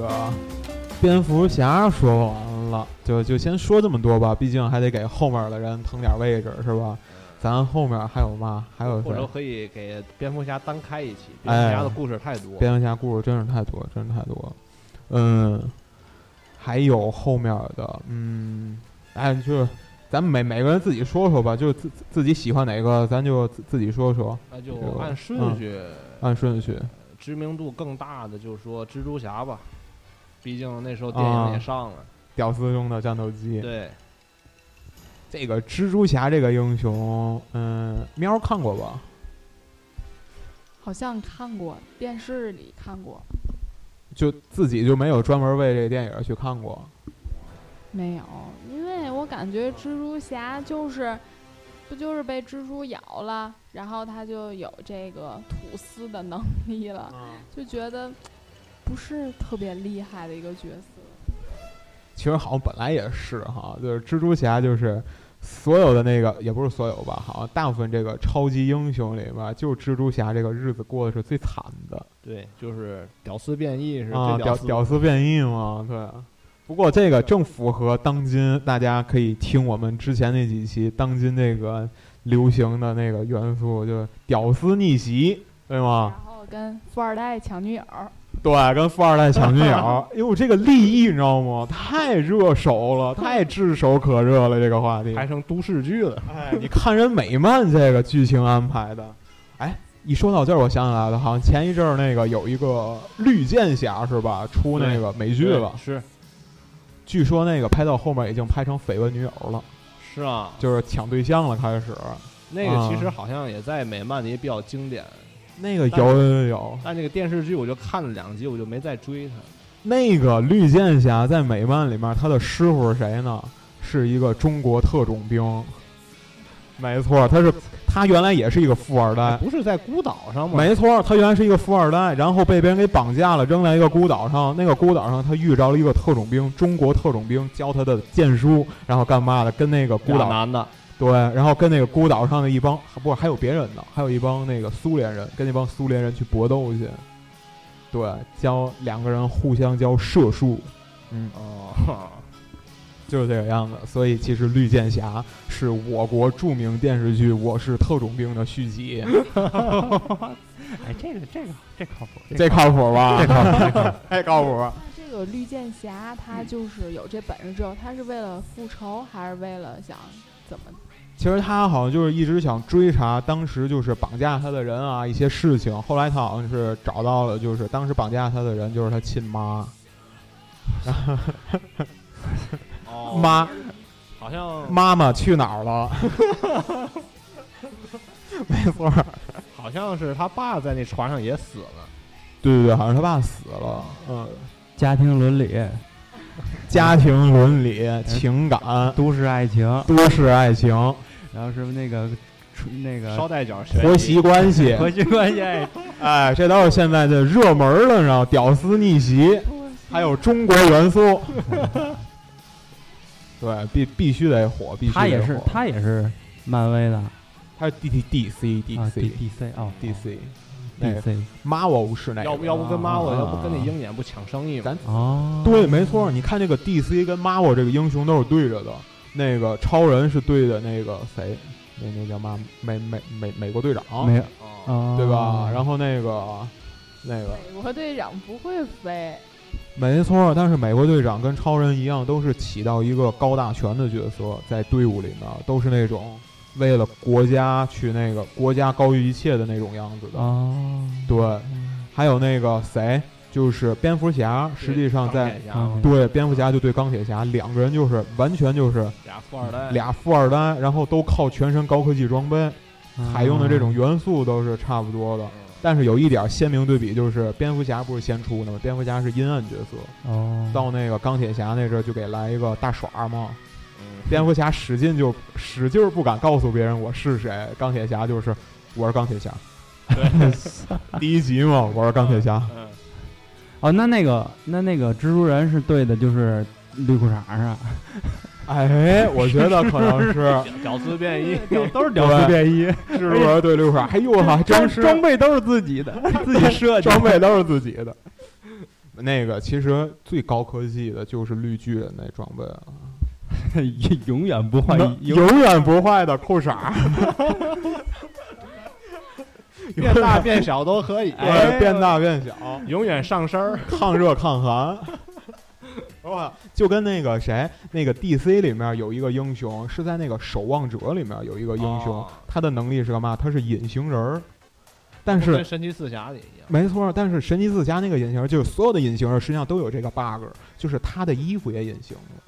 啊蝙蝠侠说完了，就就先说这么多吧，毕竟还得给后面的人腾点位置，是吧？咱后面还有嘛？还有或谁者？可以给蝙蝠侠单开一期，蝙蝠侠的故事太多。哎蝙蝠侠故事真是太多，真是太多。嗯，还有后面的，嗯，哎，就是咱们每每个人自己说说吧，就是自自自己喜欢哪个，咱就自自己说说，那就这个按顺嗯序，按顺序。知名度更大的就说蜘蛛侠吧，毕竟那时啊候电影也上了。屌丝中的战斗机，对，这个蜘蛛侠这个英雄，嗯，喵儿看过吧？好像看过电视里看过，就自己就没有专门为这电影去看过。没有，因为我感觉蜘蛛侠就是，不就是被蜘蛛咬了，然后他就有这个吐丝的能力了，啊就觉得不是特别厉害的一个角色。其实好像本来也是哈，就是蜘蛛侠就是所有的那个也不是所有吧，好像大部分这个超级英雄里面，就蜘蛛侠这个日子过得是最惨的对，就是屌丝变异是啊，最屌丝。屌丝变异嘛，对。不过这个正符合当今，大家可以听我们之前那几期当今这个流行的那个元素，就是屌丝逆袭，对吗？然后跟富二代抢女友，对，跟富二代抢女友，哎呦，这个利益你知道吗？太热手了，太炙手可热了，这个话题。拍成都市剧了，哎，你看人美漫这个剧情安排的，哎，一说到这儿，我想起来了，好像前一阵儿那个有一个绿箭侠是吧，出那个美剧了对，是据说那个拍到后面已经拍成绯闻女友了，是啊，就是抢对象了，开始。那啊个其实好像也在美漫里比较经典，那个但有有有有，但这个电视剧我就看了两集，我就没再追它。那个绿箭侠在美漫里面，他的师傅是谁呢？是一个中国特种兵。没错，他是他原来也是一个富二 代，不是在孤岛上吗？哎没错，他原来是一个富二代，然后被别人给绑架了，扔在一个孤岛上。那个孤岛上，他遇着了一个特种兵，中国特种兵教他的剑术，然后干嘛的？跟那个孤孤岛岛男的，对，然后跟那个孤岛上的一帮，不是还有别人呢，还有一帮那个苏联人，跟那帮苏联人去搏斗去。对，教两个人互相教射术，嗯，哦， 就是这个样子。所以其实绿箭侠是我国著名电视剧《我是特种兵》的续集， 哎，这个这个这靠谱，这靠谱吧？太靠谱。那这个绿箭侠他就是有这本事之后，他是为了复仇还是为了想怎么？其实他好像就是一直想追查当时就是绑架他的人啊一些事情，后来他好像是找到了，就是当时绑架他的人就是他亲妈哦妈好像妈妈去哪儿了？没错儿，好像是他爸在那船上也死了，对对对，好像他爸死了，嗯，家庭伦理、家庭伦理、哎情感、都市爱情，都市爱情、然后是那个出那个捎带脚悬疑婆呃媳关系，婆媳关系，哎哎，这都是现在的热门儿了，你知道？屌丝逆袭，嗯还有中国元素，对，必必须得火，必须得他火。也是他也是漫威的他是 D T D C D 啊 C ，D C 哦 D C，那个 DC Marvel 是哪个？要不要不跟妈我，啊要不跟那鹰眼不抢生意吗？哎咱哦，对，没错，你看这个 D C 跟 Marvel 这个英雄都是对着的，那个超人是对的那个谁，那那叫嘛美美美美国队长，没有哦，哦，对吧？然后那个那个美国队长不会飞，没错，但是美国队长跟超人一样，都是起到一个高大全的角色，在队伍里面都是那种为了国家去那个国家高于一切的那种样子的。哦，对，嗯还有那个谁，就是蝙蝠侠，实际上在对嗯对蝙蝠侠就对钢铁侠，两个人就是完全就是俩富二代，俩富二代，然后都靠全身高科技装备，采用的这种元素都是差不多嗯的。但是有一点鲜明对比，就是蝙蝠侠不是先出的吗？蝙蝠侠是阴暗角色，哦，到那个钢铁侠那阵儿就给来一个大耍嘛。嗯蝙蝠侠使劲就使劲儿不敢告诉别人我是谁，钢铁侠就是我是钢铁侠。 第一集嘛，我是钢铁侠。嗯，哦，那那个那那个蜘蛛人是对的，就是绿裤衩上，哎，我觉得可能 是嗯屌丝变异，都是屌丝变异，蜘蛛人对绿裤衩，哎呦我操，还装真是装备都是自己的，自己设计。装备都是自己的。那个其实最高科技的就是绿巨人那装备了，永远不换那一，永远不坏的裤衩 儿，变大变小都 可以，呃变大变小，永远上身儿。抗热抗寒。哇，就跟那个谁，那个 DC 里面有一个英雄，是在那个《守望者》里面有一个英雄，哦他的能力是干嘛？他是隐形人儿，但是跟神奇四侠里一样，没错，但是神奇四侠那个隐形，就是所有的隐形人实际上都有这个 bug，就是他的衣服也隐形 了。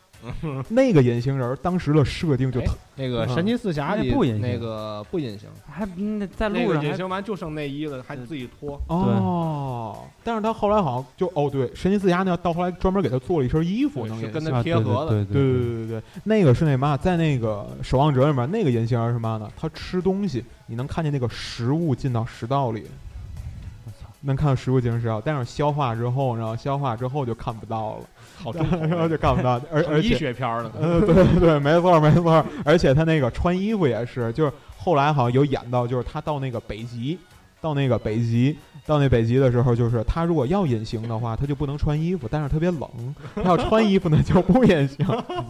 那个隐形人当时的设定就嗯哎特那个神奇四侠里那不隐形那个不隐形，还那在那路个上隐还形完就剩内衣了，还自己脱。哦，但是他后来好像就哦对，神奇四侠那到后来专门给他做了一身衣服，对能是隐跟形那啊贴合了对对对对对对对，那个是那嘛，在那个《守望者》里面，那个隐形人是嘛呢？他吃东西，你能看见那个食物进到食道里，我操，能看到食物进入食道，但是消化之后呢，消化之后就看不到了，好重口 然后味，就看不到， 而而医且学片儿呢，呃，对 对对，没错没错，而且他那个穿衣服也是，就是后来好像有演到，就是他到那个北极，到那个北极，到那北极的时候，就是他如果要隐形的话，他就不能穿衣服，但是特别冷； 他要穿衣服呢，就不隐形，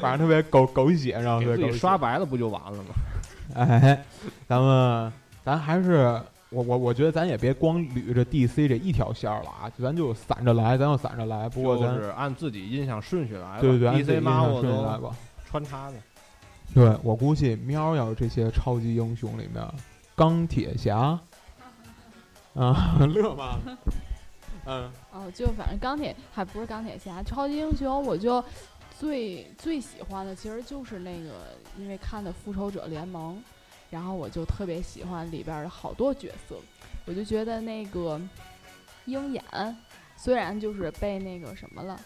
反正特别狗狗血，然后特给别自狗己血刷白了不就完了吗？哎，咱们咱还是我我我觉得咱也别光捋着 DC 这一条线儿了啊，咱就散着来，咱就散着来。不过就咱、是按自己印象顺序来吧。对对对，按自己 DC 印象 Marvel 顺序来都吧。穿插的，对我估计喵要是这些超级英雄里面，钢铁侠啊，乐吗？嗯，哦，就反正钢铁还不是钢铁侠，超级英雄我就最最喜欢的其实就是那个，因为看的《复仇者联盟》，然后我就特别喜欢里边儿的好多角色，我就觉得那个鹰眼虽然就是被那个什么了。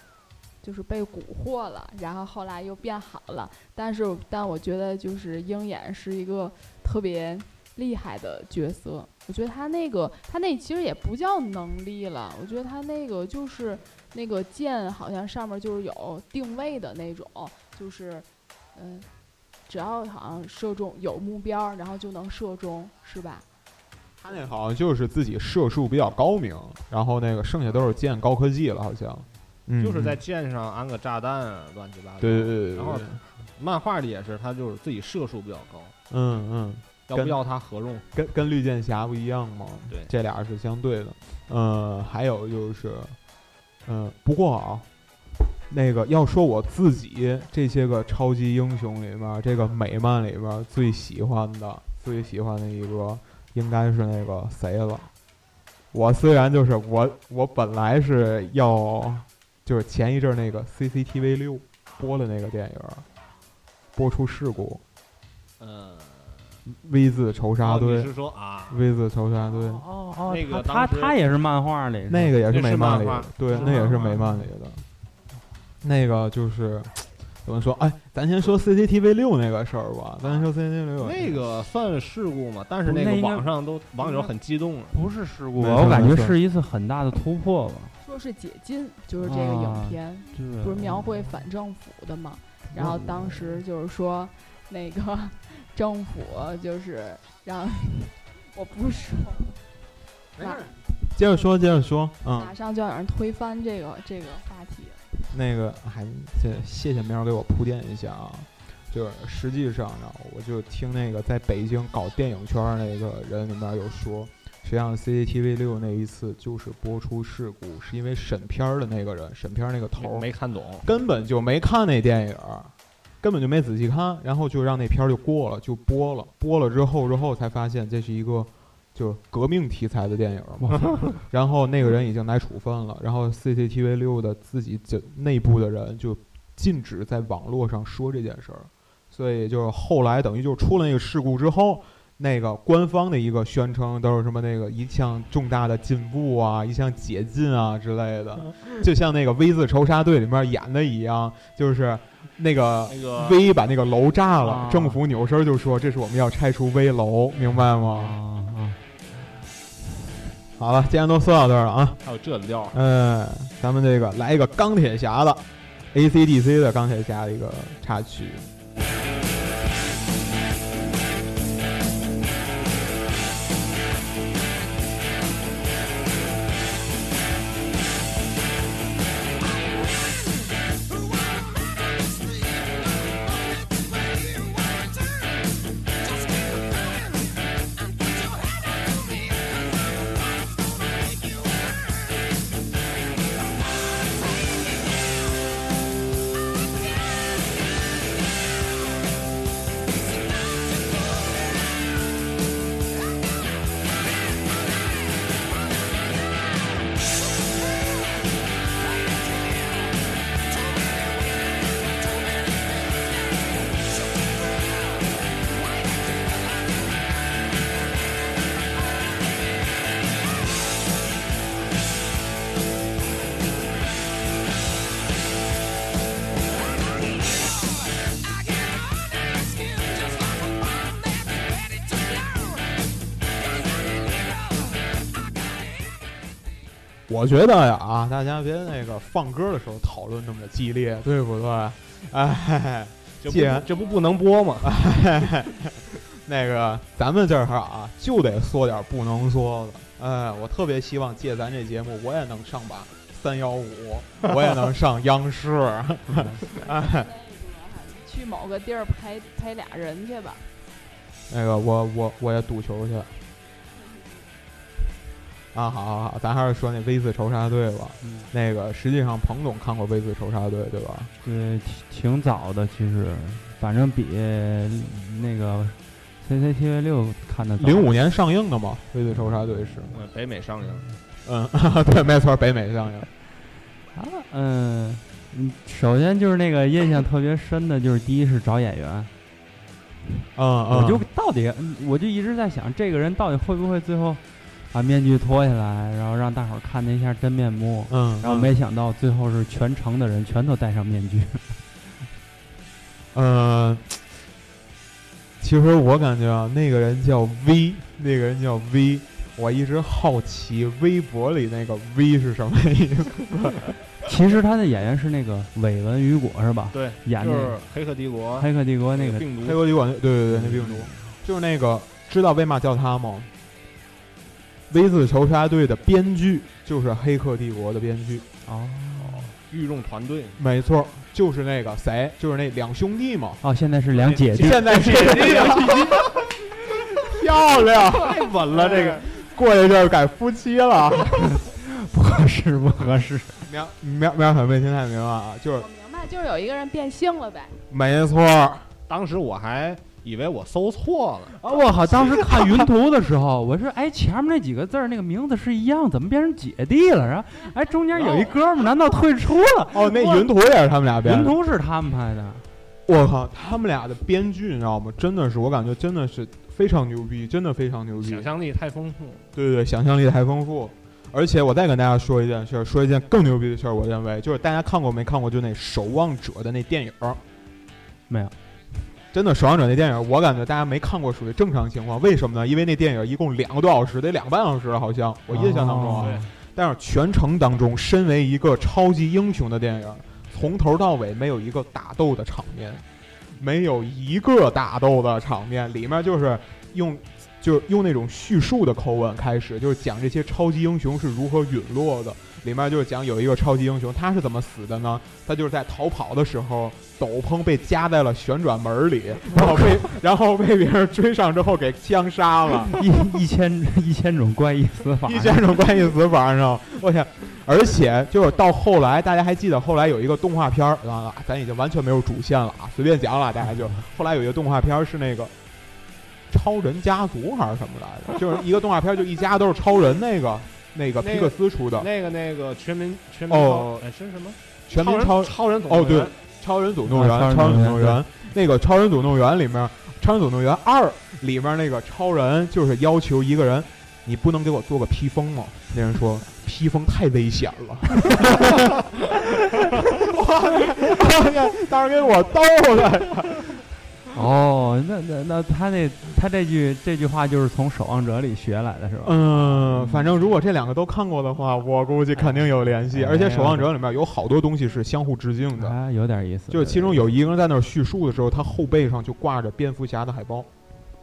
就是被蛊惑了，然后后来又变好了，但是但我觉得就是鹰眼是一个特别厉害的角色。我觉得他那个他那其实也不叫能力了，我觉得他那个就是那个剑好像上面就是有定位的那种，就是嗯，只要好像射中有目标儿，然后就能射中，是吧？他那好像就是自己射术比较高明，然后那个剩下都是剑高科技了，好像，嗯，就是在剑上安个炸弹啊，乱七八糟。对对对对然后对，漫画里也是，他就是自己射术比较高，嗯嗯，要跟不要他合用？跟跟绿箭侠不一样嘛，对这俩是相对的。呃，还有就是，呃，不过啊，那个要说我自己这些个超级英雄里面，这个美漫里面最喜欢的、最喜欢的一个，应该是那个谁了。我虽然就是我，我本来是要就是前一阵儿那个 CCTV 六播的那个电影儿，播出事故嗯， ，V 字仇杀哦队。你是说啊？ V 字仇杀队，哦哦，那个他当时他也是漫画里是吧那个也是那是美漫里漫的画，对，是那也是漫画美漫里的。那个就是怎么说？哎，咱先说 CCTV 六那个事儿吧，咱先说 CCTV 六那个算事故吗？但是不那那个应该网上都网友很激动了，啊嗯不是事故吧，没错我感觉没错是一次很大的突破吧。说是解禁，就是这个影啊片、对嗯不是描绘反政府的嘛？然后当时就是说，那个 政府就是让 我不是说，马接着说，接着说，啊嗯马，上就要有人推翻这个这个话题。那个还这谢谢苗儿给我铺垫一下啊，就是实际上呢，我就听那个在北京搞电影圈儿那个人里面有说，实际上 CCTV 六那一次就是播出事故，是因为审片儿的那个人，审片儿那个头儿没看懂。根本就没看那电影儿，根本就没仔细看，然后就让那片儿就过了，就播了。播了之后，之后才发现这是一个就是革命题材的电影儿嘛。然后那个人已经挨处分了，然后 CCTV 六的自己就内部的人就禁止在网络上说这件事儿，所以就是后来等于就出了那个事故之后。那个官方的一个宣称都是什么那个一项重大的进步啊，一项解禁啊之类的，就像那个《V 字仇杀队》里面演的一样，就是那个那个 V 把那个楼炸了，啊政府扭身就说这是我们要拆除危楼，明白啊吗？啊，好了，既然都说到这儿了啊，还有这料儿，嗯，咱们这个来一个钢铁侠的，ACDC 的钢铁侠的一个插曲。 Thank 我觉得呀啊，大家别那个放歌的时候讨论那么激烈，对不对？哎，这既然不这不不能播吗？那个咱们这儿啊，就得说点不能说的。哎，我特别希望借咱这节目，我也能上把三幺五，我也能上央视。去某个地儿陪陪俩人去吧。那个我我我也赌球去。啊，好好好，咱还是说那 V 字仇杀队吧。嗯那个实际上彭总看过 V 字仇杀队对吧？对，挺挺早的，其实，反正比那个 CCTV 六看的早零五年上映的嘛，《V 字仇杀队》是。呃北美上映，嗯， 对，没错，北美上映。啊，嗯，嗯首先就是那个印象特别深的，就是第一是找演啊员，嗯嗯，我就到底我就一直在想，这个人到底会不会最后把面具脱下来，然后让大伙儿看见一下真面目，嗯，然后没想到最后是全城的人全都戴上面具， 嗯，其实我感觉啊，那个人叫 V，那个人叫 V，我一直好奇微博里那个 V 是什么意思。其实他的演员是那个韦文雨果是吧？对，演就那是个《黑客帝国》 《黑客帝国》那那个病黑毒，锅旅馆，对对对，那病毒就是那个，知道为嘛叫他吗？《V 字仇杀队》的编剧就是《黑客帝国》的编剧，哦御用团队没错，就是那个谁，就是那两兄弟嘛。哦，现在是两姐弟，现在是漂亮，太稳了，这个过一阵儿改夫妻了。不合适不合适。苗苗苗小妹听太明白啊，就是嗯我明白，就是有一个人变性了呗。没错儿，当时我还以为我搜错了，啊，我靠！当时看云图的时候，我说，哎，前面那几个字儿那个名字是一样，怎么变成姐弟了？然后，哎，中间有一哥们儿，难道退出 了？哦，那云图也是他们俩编云的。图是他们拍的，我靠，他们俩的编剧你知道吗？真的是，我感觉真的是非常牛逼，真的非常牛逼想。象力太丰富了。对对对，想象力太丰富。而且我再跟大家说一件事儿，说一件更牛逼的事儿，我认为就是大家看过没看过，就那《守望者》的那电影儿没有。真的，《守望者》那电影儿，我感觉大家没看过属于正常情况。为什么呢？因为那电影儿一共两个多小时，得两个半小时了，好像我印象当中啊。哦但是全程当中，身为一个超级英雄的电影，从头到尾没有一个打斗的场面，没有一个打斗的场面，里面就是用。就是用那种叙述的口吻开始，就是讲这些超级英雄是如何陨落的。里面就是讲有一个超级英雄，他是怎么死的呢？他就是在逃跑的时候，斗篷被夹在了旋转门里，然后被 然后被别人追上之后给枪杀了。一一千一千种怪异死法，一千种关系死法，你知道吗？我天！而且就是到后来，大家还记得后来有一个动画片儿啊，咱已经完全没有主线了啊，随便讲了，大家就后来有一个动画片儿是那个超人家族还是什么来着？就是一个动画片，就一家都是超人那个那个那皮个克斯出的那个那个全民全民哦超哎是什么？全民超超人总哦动对员，超人总动啊员，超超人总人总动动员员那个超人总动员里面，超人总动员二里面那个超人就是要求一个人，你不能给我做个披风吗？那人说披风太危险了，我当时给我逗的，哦，那那那他那他这句这句话就是从《守望者》里学来的是吧？嗯，反正如果这两个都看过的话，我估计肯定有联哎系，而且《守望者》里面有好多东西是相互致敬的。啊，有点意思。就是其中有一个人在那儿叙述的时候，他后背上就挂着蝙蝠侠的海报。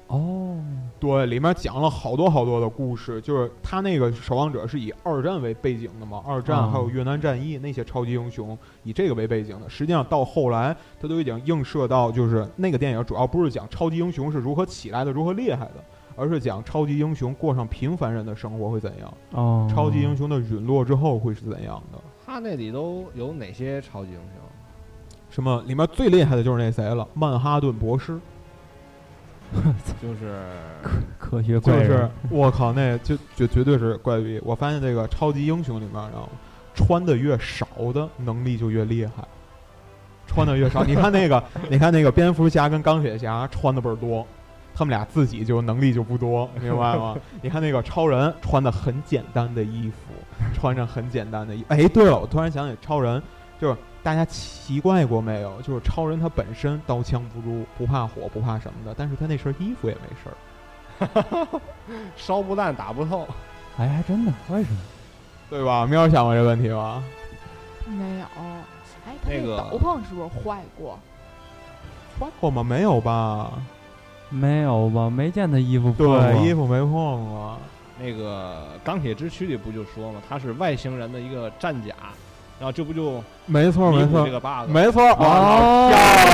哦，对，里面讲了好多好多的故事，就是他那个《守望者》是以二战为背景的嘛，二战啊还有越南战役那些超级英雄以这个为背景的。实际上到后来，他都已经映射到，就是那个电影主要不是讲超级英雄是如何起来的、如何厉害的，而是讲超级英雄过上平凡人的生活会怎样，哦，超级英雄的陨落之后会是怎样的。他那里都有哪些超级英雄？什么？里面最厉害的就是那谁了，曼哈顿博士。就是科学就怪人是我靠，那就绝绝对是怪逼！我发现这个超级英雄里面，然后穿的越少的能力就越厉害，穿的越少。你看那个，你看那个蝙蝠侠跟钢铁侠穿的倍儿多，他们俩自己就能力就不多，明白吗？ 你看那个超人穿的很简单的衣服，穿着很简单的衣。哎，对了，我突然想起超人，就是大家奇怪过没有？就是超人他本身刀枪不入，不怕火，不怕什么的，但是他那身衣服也没事儿。烧不烂打不透，哎，还真的，为什么？对吧？喵儿想过这问题吗？没有。哎，他那个斗篷是不是坏过？换过吗？没有吧？没有吧？没见他衣服哦破过对，衣服没换过。那个钢铁之躯里不就说嘛，它是外星人的一个战甲，然后这不就没错，弥没补错这，个 bug 吗？没错。漂哦，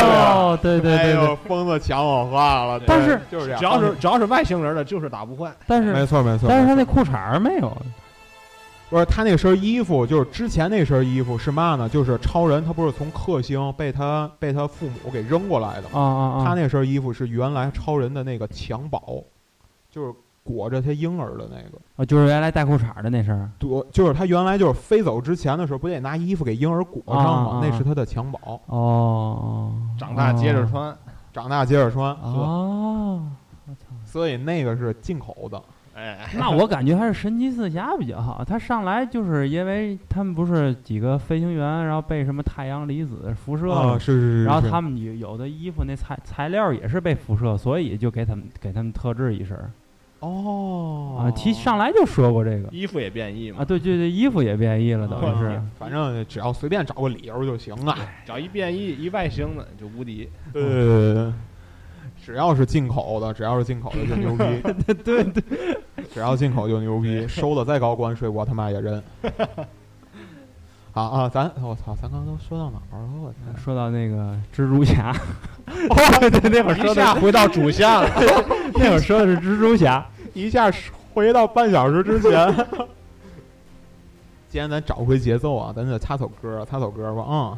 亮对对对啊哎对呦，，疯子抢我话了。但对是就是这样，只要是只要是外星人的，就是打不坏。但是没错没错，但是他没那错裤衩儿没有，不是他那身衣服，就是之前那身衣服是嘛呢？就是超人他不是从克星被他被他父母给扔过来的吗？啊啊啊！他那身衣服是原来超人的那个襁褓，就是裹着他婴儿的那个。啊，就是原来带裤衩儿的那身儿躲就是他原来就是飞走之前的时候，不得拿衣服给婴儿裹上吗？啊啊啊那是他的襁褓，哦，长大接着哦穿，长大接着穿，哦。所以那个是进口的。哎，那我感觉还是神奇四侠比较好。他上来就是因为他们不是几个飞行员，然后被什么太阳离子辐射啊，了，是是是。然后是他们有有的衣服那材材料也是被辐射，所以就给他们给他们特制一身儿哦啊。提上来就说过这个衣服也变异啊，嘛，对对对，衣服也变异了，等于是啊反正只要随便找个理由就行了。只要一变异一外星的就无敌。 对对对对对，只要是进口的，只要是进口的就牛逼。对 对对，只要进口就牛逼，收的再高关税我他妈也认。 好啊，咱我操，咱刚刚都说到哪儿了？我操！说到那个蜘 蛛侠， 哦对对，那会儿一下回到主线了，那会儿说的是蜘蛛侠， 一下回到半小时之 前。既然咱找回节奏啊，咱就插首歌，插首歌吧。嗯，